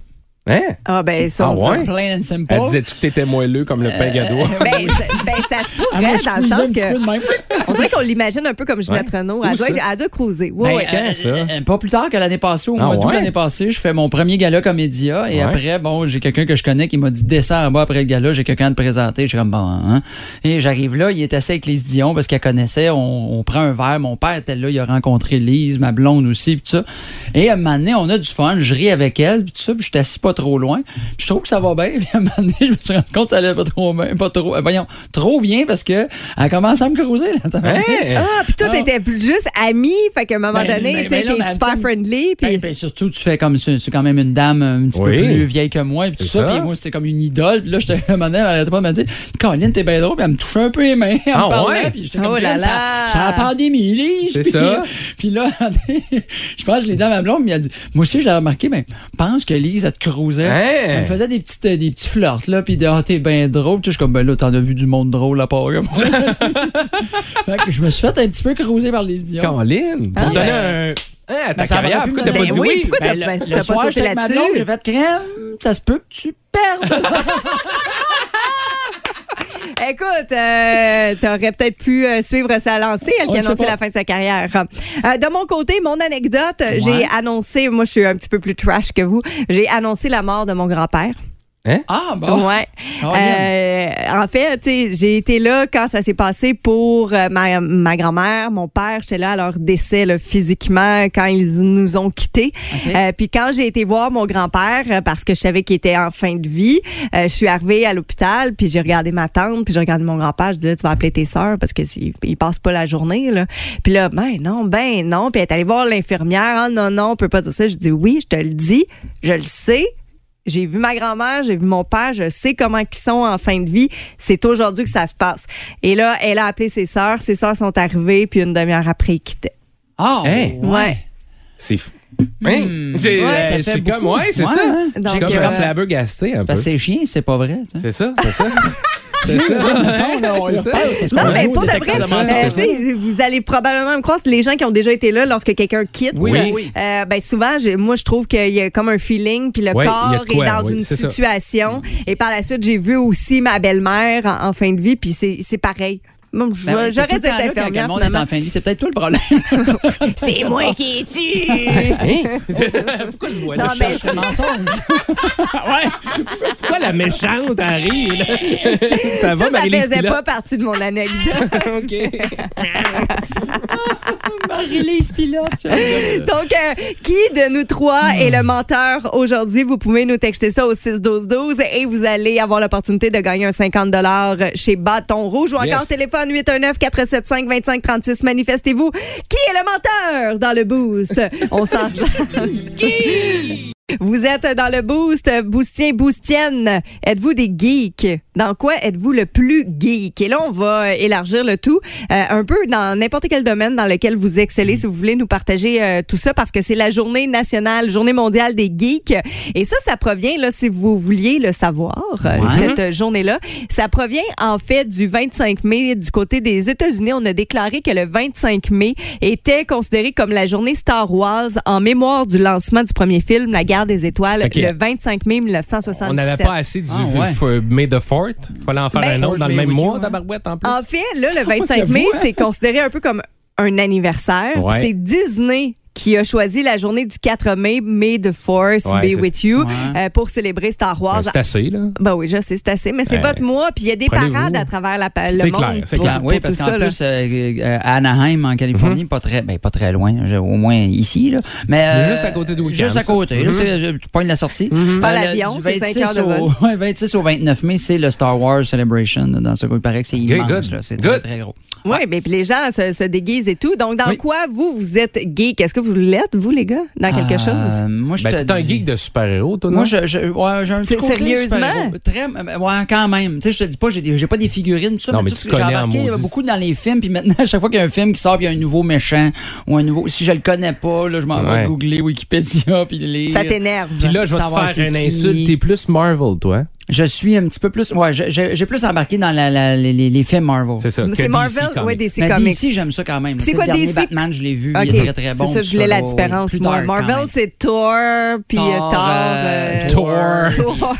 Speaker 5: Hein?
Speaker 6: ah, ben,
Speaker 5: Ah
Speaker 6: ça.
Speaker 5: ouais?
Speaker 4: Plain and simple.
Speaker 5: Elle disait-tu que t'étais moelleux comme le pain gadois?
Speaker 4: Euh,
Speaker 6: Ben, ça- ben, ça se
Speaker 4: Ah, moi,
Speaker 6: pourrait
Speaker 4: je
Speaker 6: dans le
Speaker 4: cruisais un
Speaker 6: sens
Speaker 4: petit peu
Speaker 6: que.
Speaker 4: de même.
Speaker 6: On dirait qu'on l'imagine un peu comme Ginette
Speaker 5: Ouais.
Speaker 6: Renault.
Speaker 5: Où
Speaker 6: Elle doit,
Speaker 5: ça?
Speaker 6: être, elle doit cruiser.
Speaker 4: Ben,
Speaker 6: Ouais, ouais.
Speaker 5: quand, ça?
Speaker 4: euh, pas plus tard que l'année passée, au
Speaker 5: Ah
Speaker 4: mois d'août
Speaker 5: ouais?
Speaker 4: l'année passée, je fais mon premier gala comédia et
Speaker 5: Ouais.
Speaker 4: après, bon, j'ai quelqu'un que je connais qui m'a dit descends en bas après le gala, j'ai quelqu'un à te présenter. Je suis comme bon, hein? Et j'arrive là, il est assis avec Lise Dion parce qu'elle connaissait, on, on prend un verre, mon père était là, il a rencontré Lise, ma blonde aussi, pis tout ça. Et à un moment donné, on a du fun, je ris avec elle, pis tout ça, puis je suis assis pas trop loin. Puis je trouve que ça va bien. Puis à un moment donné, je me suis rendu compte que ça allait pas trop bien, pas trop, euh, voyons, trop bien parce que elle commence à me creuser. Là, tabarnak.
Speaker 5: Hey!
Speaker 6: Ah, puis tout
Speaker 4: Ah.
Speaker 6: était plus juste amis. Fait qu'à un moment
Speaker 4: Ben,
Speaker 6: donné,
Speaker 4: ben,
Speaker 6: tu sais,
Speaker 4: ben là, ben. on
Speaker 6: t'es
Speaker 4: a
Speaker 6: super
Speaker 4: dit-
Speaker 6: friendly.
Speaker 4: Puis
Speaker 6: Puis
Speaker 4: surtout, tu fais comme c'est c'est quand même une dame euh, un petit
Speaker 5: Oui.
Speaker 4: peu plus vieille que moi, puis tout
Speaker 5: C'est
Speaker 4: ça.
Speaker 5: ça.
Speaker 4: Puis moi, c'était comme une idole. Puis là, j'étais un moment donné, elle arrêtait pas de me dire Colin, t'es bien drôle. Puis elle me touchait un peu les mains. Elle
Speaker 5: Ah,
Speaker 4: me parlait.
Speaker 5: ouais?
Speaker 4: Puis j'étais comme
Speaker 6: Oh là
Speaker 4: Colin,
Speaker 6: là.
Speaker 4: ça, ça a pandémie, Lise.
Speaker 5: C'est
Speaker 4: Puis-
Speaker 5: ça.
Speaker 4: Puis là, je pense que je l'ai dit à ma blonde, mais elle dit Moi aussi, je l'ai remarqué, mais pense que Lise, elle te cruisait.
Speaker 5: Hey.
Speaker 4: Elle me faisait des, petites, euh, des petits flirts, là. Puis de Ah, t'es bien drôle. Tu sais, je suis comme Ben là, t'en as vu du monde drôle à part. eux. fait que je me suis fait un petit peu cruiser par les Dion.
Speaker 5: Caroline, pour
Speaker 4: Ah,
Speaker 5: donner
Speaker 4: ben-
Speaker 5: un. Hein, à ta
Speaker 4: Ben, ça
Speaker 5: carrière,
Speaker 4: aurait pu
Speaker 5: pourquoi
Speaker 4: me
Speaker 5: t'as pas
Speaker 4: donner-
Speaker 5: dit
Speaker 6: oui,
Speaker 5: oui?
Speaker 6: pourquoi t'as-
Speaker 4: Ben,
Speaker 6: t'as
Speaker 4: le
Speaker 6: pas
Speaker 4: le soir,
Speaker 6: sauté
Speaker 4: j'étais avec ma
Speaker 6: là-dessus?
Speaker 4: blonde, j'ai fait crème. Ça se peut que tu perdes.
Speaker 6: écoute, euh, t'aurais peut-être pu euh, suivre sa lancée, elle
Speaker 4: On
Speaker 6: qui
Speaker 4: le
Speaker 6: a
Speaker 4: sait
Speaker 6: annoncé
Speaker 4: pas.
Speaker 6: la fin de sa carrière. Euh, de mon côté, mon anecdote, j'ai annoncé, moi je suis un petit peu plus trash que vous, j'ai annoncé la mort de mon grand-père.
Speaker 4: Ah, bon.
Speaker 6: Ouais.
Speaker 4: Oh,
Speaker 6: Euh, en fait, tu sais, j'ai été là quand ça s'est passé pour euh, ma, ma grand-mère, mon père. J'étais là à leur décès là, physiquement quand ils nous ont quittés. Euh, puis quand j'ai été voir mon grand-père, euh, parce que je savais qu'il était en fin de vie, euh, je suis arrivée à l'hôpital, puis j'ai regardé ma tante, puis j'ai regardé mon grand-père. Je dis là, tu vas appeler tes sœurs parce que s'ils- ils passent pas la journée. Là. Puis là, ben non, ben non. Puis elle est allée voir l'infirmière. Ah non, non, on peut pas dire ça. Je dis oui, je te le dis, je le sais. J'ai vu ma grand-mère, j'ai vu mon père, je sais comment ils sont en fin de vie. C'est aujourd'hui que ça se passe. Et là, elle a appelé ses sœurs, ses sœurs sont arrivées, puis une demi-heure après, ils quittaient.
Speaker 4: Ah,
Speaker 5: Hey.
Speaker 6: Ouais.
Speaker 5: C'est fou. Hein? C'est
Speaker 4: Ouais,
Speaker 5: euh,
Speaker 4: ça fait
Speaker 5: c'est
Speaker 4: beaucoup.
Speaker 5: comme, ouais, c'est
Speaker 4: Ouais,
Speaker 5: ça.
Speaker 4: hein.
Speaker 5: J'ai
Speaker 6: Donc,
Speaker 5: comme
Speaker 6: euh,
Speaker 5: un flabbergasté un peu.
Speaker 4: Parce que c'est chien, c'est pas vrai. tu sais.
Speaker 5: C'est ça, c'est ça. C'est ça.
Speaker 4: on
Speaker 5: C'est
Speaker 4: leur
Speaker 5: ça.
Speaker 4: parle, qu'est-ce
Speaker 6: Non,
Speaker 4: qu'on
Speaker 6: mais
Speaker 4: joue,
Speaker 6: pour
Speaker 4: les
Speaker 6: de vrai,
Speaker 4: détecteurs de
Speaker 6: euh,
Speaker 4: mensonges?
Speaker 6: tu sais, vous allez probablement me croire, c'est les gens qui ont déjà été là lorsque quelqu'un quitte,
Speaker 5: Oui.
Speaker 6: euh, euh, ben souvent, j'ai- moi, je trouve qu'il y a comme un feeling, puis le
Speaker 5: Ouais, il y a
Speaker 6: corps
Speaker 5: de quoi,
Speaker 6: est dans
Speaker 5: oui,
Speaker 6: une
Speaker 5: c'est ça.
Speaker 6: situation. Et par la suite, j'ai vu aussi ma belle-mère en, en fin de vie, puis c'est c'est pareil. Bon, je-
Speaker 4: Ben oui, c'est tout le
Speaker 6: J'aurais dû
Speaker 4: temps
Speaker 6: être
Speaker 4: là quand
Speaker 6: infirmière,
Speaker 4: le monde est
Speaker 6: finalement.
Speaker 4: en fin de vie, c'est peut-être toi le problème.
Speaker 6: C'est moi qui tue!
Speaker 5: Hein? Pourquoi le
Speaker 6: Non,
Speaker 5: voilà?
Speaker 6: Ah, mais
Speaker 4: C'est un mensonge.
Speaker 5: Ouais. C'est quoi la méchante arrive? là? ça va,
Speaker 6: ça, ça
Speaker 5: Marie-Lise
Speaker 6: faisait
Speaker 5: Pilote?
Speaker 6: pas partie de mon anecdote.
Speaker 5: OK.
Speaker 4: Marie-Lise Pilote.
Speaker 6: Donc, euh, qui de nous trois est le menteur aujourd'hui? Vous pouvez nous texter ça au 6-12-12 et vous allez avoir l'opportunité de gagner un 50 chez Bâton Rouge ou encore
Speaker 5: Yes.
Speaker 6: téléphone 819-475-2536. Manifestez-vous. Qui est le menteur dans le boost? On s'en Qui? Vous êtes dans le boost, boostien, boostienne. Êtes-vous des geeks? Dans quoi êtes-vous le plus geek? Et là, on va élargir le tout euh, un peu dans n'importe quel domaine dans lequel vous excellez, si vous voulez nous partager euh, tout ça, parce que c'est la journée nationale, journée mondiale des geeks. Et ça, ça provient, là, si vous vouliez le savoir, euh, cette journée-là, ça provient en fait du 25 mai. Du côté des États-Unis, on a déclaré que le 25 mai était considéré comme la journée Star Wars en mémoire du lancement du premier film, La guerre des étoiles,
Speaker 5: Ok.
Speaker 6: le 25 mai 1977.
Speaker 5: On n'avait pas assez du
Speaker 4: Ah, ouais.
Speaker 5: f- May the 4th. Fallait en faire
Speaker 6: Ben,
Speaker 5: un autre dans le
Speaker 4: May
Speaker 5: même
Speaker 4: Weekend,
Speaker 5: mois,
Speaker 4: ouais.
Speaker 5: tabarouette, en plus.
Speaker 6: En fait, là, le 25
Speaker 4: j'avoue,
Speaker 6: mai,
Speaker 4: hein.
Speaker 6: c'est considéré un peu comme un anniversaire.
Speaker 5: Ouais.
Speaker 6: C'est Disney qui a choisi la journée du 4 mai, May the Force
Speaker 5: Ouais, c'est-
Speaker 6: be with you,
Speaker 4: Ouais.
Speaker 6: euh, pour célébrer Star Wars.
Speaker 5: C'est assez, là.
Speaker 6: Ben oui, je sais, c'est assez, mais c'est
Speaker 5: Ouais.
Speaker 6: votre mois, puis il y a des
Speaker 5: Prenez-vous.
Speaker 6: parades à travers la, pa- le
Speaker 5: Ben, C'est
Speaker 6: monde.
Speaker 5: clair, c'est
Speaker 6: pour-
Speaker 5: clair.
Speaker 6: pour
Speaker 4: oui, parce
Speaker 6: tout
Speaker 4: qu'en
Speaker 6: ça, là.
Speaker 4: plus, euh, euh, à Anaheim, en
Speaker 5: Mm-hmm.
Speaker 4: Californie, pas, très, ben, pas très loin, je- au moins ici. Là. Mais, euh,
Speaker 5: Mais juste à côté de Wickham,
Speaker 4: Juste à
Speaker 5: ça.
Speaker 4: côté. là, c'est- Tu pognes la sortie.
Speaker 6: Pas
Speaker 4: Euh,
Speaker 6: Mm-hmm. l'avion,
Speaker 4: du
Speaker 6: c'est cinq
Speaker 4: 26
Speaker 6: heures de
Speaker 4: au- ouais, 26 au 29 mai, c'est le Star Wars Celebration. là, Dans ce coup, il paraît que c'est
Speaker 5: Good,
Speaker 4: immense.
Speaker 5: good.
Speaker 4: là, C'est
Speaker 5: Good.
Speaker 4: très, très gros.
Speaker 6: Oui, mais puis les gens se, se déguisent et tout. Donc, dans
Speaker 4: Oui.
Speaker 6: quoi vous, vous êtes geek? Est-ce que vous l'êtes, vous, les gars, dans quelque
Speaker 4: Euh,
Speaker 6: chose?
Speaker 4: Moi, je
Speaker 5: Ben,
Speaker 4: te
Speaker 5: t'es un
Speaker 4: dis-
Speaker 5: geek de hein? super-héros, toi, non?
Speaker 4: Moi, je, je, ouais, j'ai un petit
Speaker 6: C'est
Speaker 4: côté
Speaker 6: sérieusement?
Speaker 4: super-héros. Très, euh, ouais, quand même. Tu sais, je te dis pas, j'ai, des- j'ai pas des figurines, tout ça,
Speaker 5: Non, mais
Speaker 4: tout
Speaker 5: tu
Speaker 4: ce que j'ai
Speaker 5: connais en
Speaker 4: embarqué, il y a
Speaker 5: maudit.
Speaker 4: beaucoup dans les films. Puis maintenant, à chaque fois qu'il y a un film qui sort, puis il y a un nouveau méchant ou un nouveau. Si je le connais pas, là, je m'en
Speaker 5: Ouais.
Speaker 4: vais googler Wikipédia, puis lire.
Speaker 6: Ça t'énerve.
Speaker 5: Puis là, je vais te
Speaker 4: Savoir
Speaker 5: faire
Speaker 4: c'est
Speaker 5: une
Speaker 4: qui.
Speaker 5: insulte. T'es plus Marvel, toi.
Speaker 4: Je suis un petit peu plus. Ouais, je- je- j'ai plus embarqué dans la, la- les, les- les films Marvel.
Speaker 5: C'est ça.
Speaker 6: C'est Marvel, oui,
Speaker 5: des...
Speaker 6: DC
Speaker 4: Mais
Speaker 6: Comics.
Speaker 4: DC, j'aime ça quand même.
Speaker 6: C'est
Speaker 4: Tu sais,
Speaker 6: quoi
Speaker 4: le dernier
Speaker 6: DC?
Speaker 4: Batman, je l'ai vu.
Speaker 6: Ok.
Speaker 4: Il est très, très bon.
Speaker 6: C'est ça,
Speaker 4: tout
Speaker 6: je voulais la
Speaker 4: là, ouais,
Speaker 6: différence.
Speaker 4: plus
Speaker 6: Moi,
Speaker 4: dark, quand
Speaker 6: Marvel,
Speaker 4: même.
Speaker 6: c'est Thor, puis euh, Thor. euh,
Speaker 4: Thor, euh,
Speaker 6: Thor.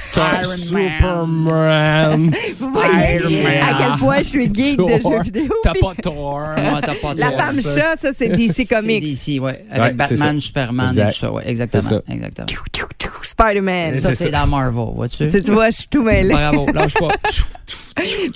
Speaker 5: Superman.
Speaker 6: Vous voyez
Speaker 5: Spider-Man.
Speaker 6: à quel point je suis geek de
Speaker 5: Thor.
Speaker 6: jeux vidéo.
Speaker 5: T'as
Speaker 6: puis
Speaker 5: pas Thor.
Speaker 4: Ouais, t'as pas
Speaker 6: La
Speaker 4: tort.
Speaker 6: femme chat, ça, c'est DC
Speaker 4: C'est
Speaker 6: Comics.
Speaker 4: DC, ouais. Avec
Speaker 5: Ouais, c'est
Speaker 4: Batman,
Speaker 5: ça.
Speaker 4: Superman
Speaker 5: Exact.
Speaker 4: et tout ça, ouais. Exactement.
Speaker 5: C'est ça.
Speaker 4: Exactement.
Speaker 6: Spider-Man.
Speaker 4: Ça,
Speaker 5: C'est
Speaker 4: c'est
Speaker 5: ça.
Speaker 4: dans Marvel, vois-tu?
Speaker 6: Tu vois, je suis tout mêlé.
Speaker 4: Bravo, lâche pas.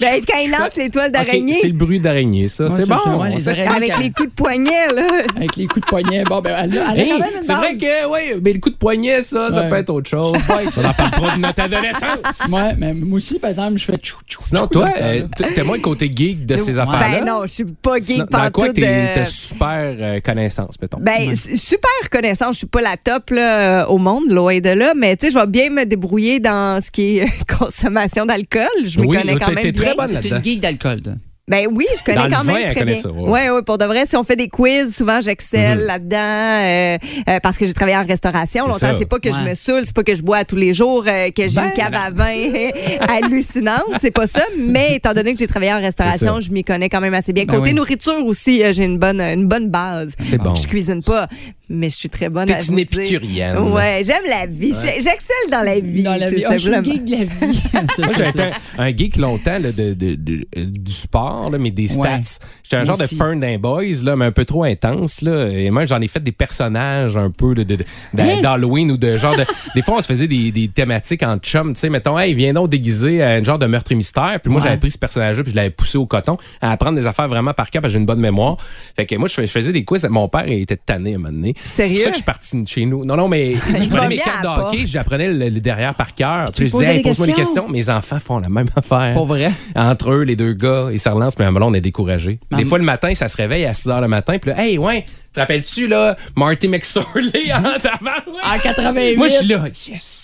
Speaker 6: Ben, quand il lance l'étoile
Speaker 5: Ok,
Speaker 6: d'araignée
Speaker 5: c'est le bruit d'araignée, ça.
Speaker 4: Ouais,
Speaker 5: c'est
Speaker 4: c'est
Speaker 5: bon.
Speaker 4: ça, ouais, les
Speaker 5: on sait-
Speaker 4: araignées.
Speaker 6: avec les coups de poignet, là.
Speaker 4: Avec les coups de poignet, bon, ben, elle, a- elle a
Speaker 5: Hey,
Speaker 4: quand même une
Speaker 5: c'est
Speaker 4: base.
Speaker 5: vrai que, oui, mais le coup de poignet, ça, ça
Speaker 4: Ouais.
Speaker 5: peut être autre chose. on en parle pas de notre adolescence.
Speaker 4: Ouais, mais moi aussi, par exemple, je fais tchou tchou.
Speaker 5: Sinon,
Speaker 4: tchou
Speaker 5: toi,
Speaker 4: dans ce temps-là.
Speaker 5: euh, t- t'es moins le côté geek de ces
Speaker 4: Ouais.
Speaker 5: affaires-là.
Speaker 6: Ben non, je suis pas
Speaker 5: Sinon,
Speaker 6: geek
Speaker 5: Dans quoi
Speaker 6: partout.
Speaker 5: t'es t'as super euh, connaissance, mettons?
Speaker 6: Ben, su- super connaissance. Je suis pas la top là, euh, au monde, loin de là, mais tu sais, je vais bien me débrouiller dans ce qui est consommation d'alcool. Je m'y
Speaker 5: Oui,
Speaker 6: connais quand
Speaker 5: t'es-
Speaker 6: même
Speaker 5: t'es très
Speaker 6: bien.
Speaker 5: bonne
Speaker 4: T'es
Speaker 5: là-dedans.
Speaker 4: une geek d'alcool, toi.
Speaker 6: Ben oui, je connais
Speaker 5: Dans le
Speaker 6: quand
Speaker 5: vin,
Speaker 6: même
Speaker 5: elle
Speaker 6: très
Speaker 5: connaît
Speaker 6: bien.
Speaker 5: ça, ouais. Mhm.
Speaker 6: ouais, ouais, pour de vrai, si on fait des quiz, souvent j'excelle là-dedans euh, euh, parce que j'ai travaillé en restauration
Speaker 5: C'est
Speaker 6: longtemps.
Speaker 5: ça. Ben
Speaker 6: C'est pas que je
Speaker 4: Ouais.
Speaker 6: me saoule, c'est pas que je bois à tous les jours, euh, que j'ai une cave à vin hallucinante, c'est pas ça. Mais étant donné que j'ai travaillé en
Speaker 5: ça.
Speaker 6: restauration, je m'y connais quand même assez bien.
Speaker 4: Ben
Speaker 6: Côté
Speaker 4: oui.
Speaker 6: nourriture aussi, euh, j'ai une bonne une bonne base.
Speaker 5: C'est bon.
Speaker 6: Je cuisine pas, mais je suis très bonne
Speaker 5: T'es
Speaker 6: à
Speaker 5: une
Speaker 6: vous dire.
Speaker 5: épicurienne.
Speaker 6: Ouais, j'aime la vie. J'ai- J'excelle dans la vie.
Speaker 4: Dans la
Speaker 6: tout
Speaker 4: vie. Ah, je suis une
Speaker 6: simplement.
Speaker 4: geek de la vie.
Speaker 5: Moi, j'ai été un, un geek longtemps là, de, de- de- euh, du sport, là, mais des stats.
Speaker 4: Ouais.
Speaker 5: J'étais un
Speaker 4: Moi
Speaker 5: genre de
Speaker 4: aussi.
Speaker 5: fern d'un boys, là, mais un peu trop intense. Là. Et même, j'en ai fait des personnages un peu de- de- de- d'a- d'Halloween ou de genre de. des fois, on se faisait des, des thématiques en chum. Tu sais, mettons, hey, viens donc déguiser à un genre de meurtre et mystère. Puis moi,
Speaker 4: Ouais.
Speaker 5: j'avais pris ce personnage-là, puis je l'avais poussé au coton à apprendre des affaires vraiment par cœur parce que j'ai une bonne mémoire. Fait que moi, je, fais- je faisais des quiz. Mon père, il était tanné à un moment donné. C'est pour
Speaker 6: Sérieux?
Speaker 5: ça que je suis parti de chez nous. Non, non, mais je prenais mes
Speaker 6: revenait à
Speaker 5: cartes de
Speaker 6: la
Speaker 5: hockey, j'apprenais le, le derrière par cœur. Puis je
Speaker 4: posais
Speaker 5: disais, Hey,
Speaker 4: des
Speaker 5: pose-moi des
Speaker 4: questions?
Speaker 5: questions. Mes enfants font la même affaire.
Speaker 4: Pour vrai.
Speaker 5: Entre eux, les deux gars, ils se relancent, mais à un moment, on est découragé. Des
Speaker 4: Maman.
Speaker 5: fois, le matin, ça se réveille à 6 h le matin, puis là, hey, ouais, te rappelles-tu, là, Marty McSorley en avant?
Speaker 4: En 88.
Speaker 5: Moi, je suis là, yes!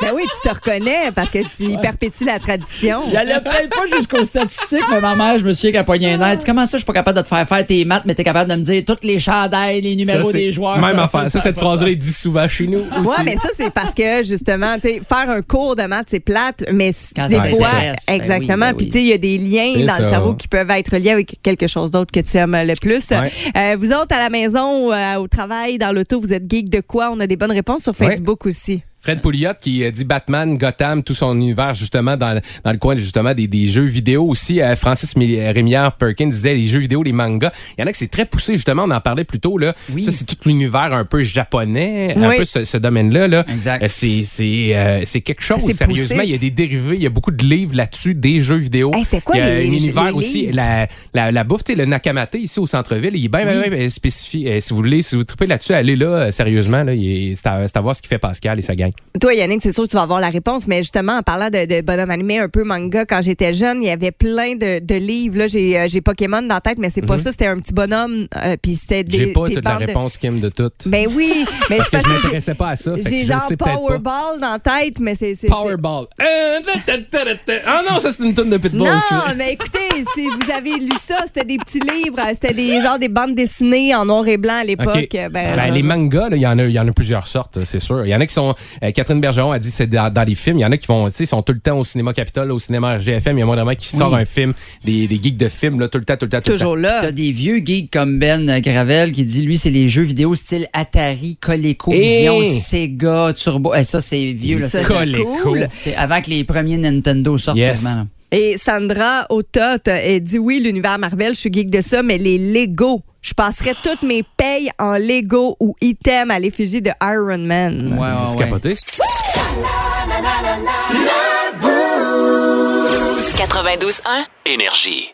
Speaker 6: Ben oui, tu te reconnais parce que tu perpétues la tradition.
Speaker 4: J'allais peut-être pas jusqu'aux statistiques, mais ma mère, je me souviens qu'elle pognait un air. Elle dit, Comment ça, je suis pas capable de te faire faire tes maths, mais t'es capable de me dire toutes les chandails, les numéros
Speaker 5: Ça, c'est
Speaker 4: des joueurs.
Speaker 5: Même affaire. Ça, cette phrase-là est dit souvent chez nous. Aussi.
Speaker 6: Ouais, mais ça, c'est parce que, justement, tu sais, faire un cours de maths, c'est plate, mais c-
Speaker 4: Quand
Speaker 6: des
Speaker 4: ça
Speaker 6: fois,
Speaker 4: t'intéresse, ben oui,
Speaker 6: exactement.
Speaker 4: ben oui.
Speaker 6: Puis, tu sais, il y a des liens
Speaker 5: C'est
Speaker 6: dans le
Speaker 5: ça.
Speaker 6: cerveau qui peuvent être liés avec quelque chose d'autre que tu aimes le plus.
Speaker 5: Ouais.
Speaker 6: Euh, vous autres, à la maison, ou, euh, au travail, dans l'auto, vous êtes geek de quoi? On a des bonnes réponses sur
Speaker 5: Ouais.
Speaker 6: Facebook aussi.
Speaker 5: Fred Pouliot qui euh, dit Batman, Gotham, tout son univers justement dans, le- dans le coin justement des, des jeux vidéo aussi. Euh, Francis Mi- Rémière Perkins disait les jeux vidéo, les mangas. Il y en a que c'est très poussé justement, on en parlait plus tôt là.
Speaker 4: Oui.
Speaker 5: Ça c'est tout l'univers un peu japonais, un
Speaker 6: Oui.
Speaker 5: peu ce, ce domaine-là là.
Speaker 4: Exact.
Speaker 5: Euh, C'est c'est euh, c'est quelque chose
Speaker 6: C'est poussé.
Speaker 5: sérieusement, il y a des dérivés, il y a beaucoup de livres là-dessus, des jeux vidéo.
Speaker 6: Hey, c'est quoi
Speaker 5: il y a
Speaker 6: les-
Speaker 5: un univers
Speaker 6: les
Speaker 5: aussi
Speaker 6: livres?
Speaker 5: la, la, la bouffe, tu sais le Nakamate ici au centre-ville, il est bien bien, bien spécifié. Euh, si vous voulez, si vous tripez là-dessus, allez là euh, sérieusement là, il est- c'est à, c'est à voir ce qu'il fait Pascal et sa gang.
Speaker 6: Toi, Yannick, c'est sûr que tu vas avoir la réponse, mais justement, en parlant de, de bonhomme animé, un peu manga, quand j'étais jeune, il y avait plein de, de livres. Là, j'ai, euh, j'ai Pokémon dans la tête, mais c'est pas ça. C'était un petit bonhomme, euh, puis c'était des.
Speaker 5: Mhm. J'ai pas
Speaker 6: des
Speaker 5: toute la
Speaker 6: bandes de-
Speaker 5: réponse, Kim, de toutes.
Speaker 6: Ben oui, mais
Speaker 5: parce
Speaker 6: c'est
Speaker 5: que
Speaker 6: parce
Speaker 5: je
Speaker 6: que j'ai-
Speaker 5: m'intéressais pas à ça. fait que
Speaker 6: J'ai
Speaker 5: je
Speaker 6: genre
Speaker 5: sais peut-être pas.
Speaker 6: Powerball dans la tête, mais c'est. c'est-
Speaker 5: Powerball. Euh, ta, ta, ta, ta. Ah non, ça c'est une tonne de
Speaker 6: c'est-
Speaker 5: pitbull.
Speaker 6: Non,
Speaker 5: excusez.
Speaker 6: mais écoutez, si vous avez lu ça, c'était des petits livres, euh, c'était des genre des bandes dessinées en noir et blanc à l'époque.
Speaker 5: OK.
Speaker 6: Euh, Ben,
Speaker 5: Ben,
Speaker 6: genre-
Speaker 5: les mangas, là, il y, en a- il y en a plusieurs sortes, c'est sûr. Il y en a qui sont. euh, Catherine Bergeron a dit c'est dans, dans les films. Il y en a qui vont, tu sais, sont tout le temps au cinéma Capitole, au cinéma GFM. Il y a moins de qui sort un film, des, des geeks de films, là, tout le temps, tout le temps, tout le temps.
Speaker 6: toujours là.
Speaker 4: T'as des vieux geeks comme Ben Gravel qui dit, lui, c'est les jeux vidéo style Atari, Coleco, Vision,
Speaker 5: Eh!
Speaker 4: Sega, Turbo. Eh, ça, c'est vieux. Là, ça, c'est-
Speaker 5: Coleco.
Speaker 6: cool.
Speaker 4: c'est avant que les premiers Nintendo sortent.
Speaker 5: Yes.
Speaker 4: quasiment, là.
Speaker 6: Et Sandra Otot, euh, elle dit oui, l'univers Marvel, je suis geek de ça, mais les Lego. Je passerais toutes mes payes en Lego ou items à l'effigie de Iron Man.
Speaker 4: Ouais, ouais,
Speaker 5: C'est
Speaker 4: ouais.
Speaker 5: capoté.
Speaker 1: 92.1.
Speaker 2: Énergie.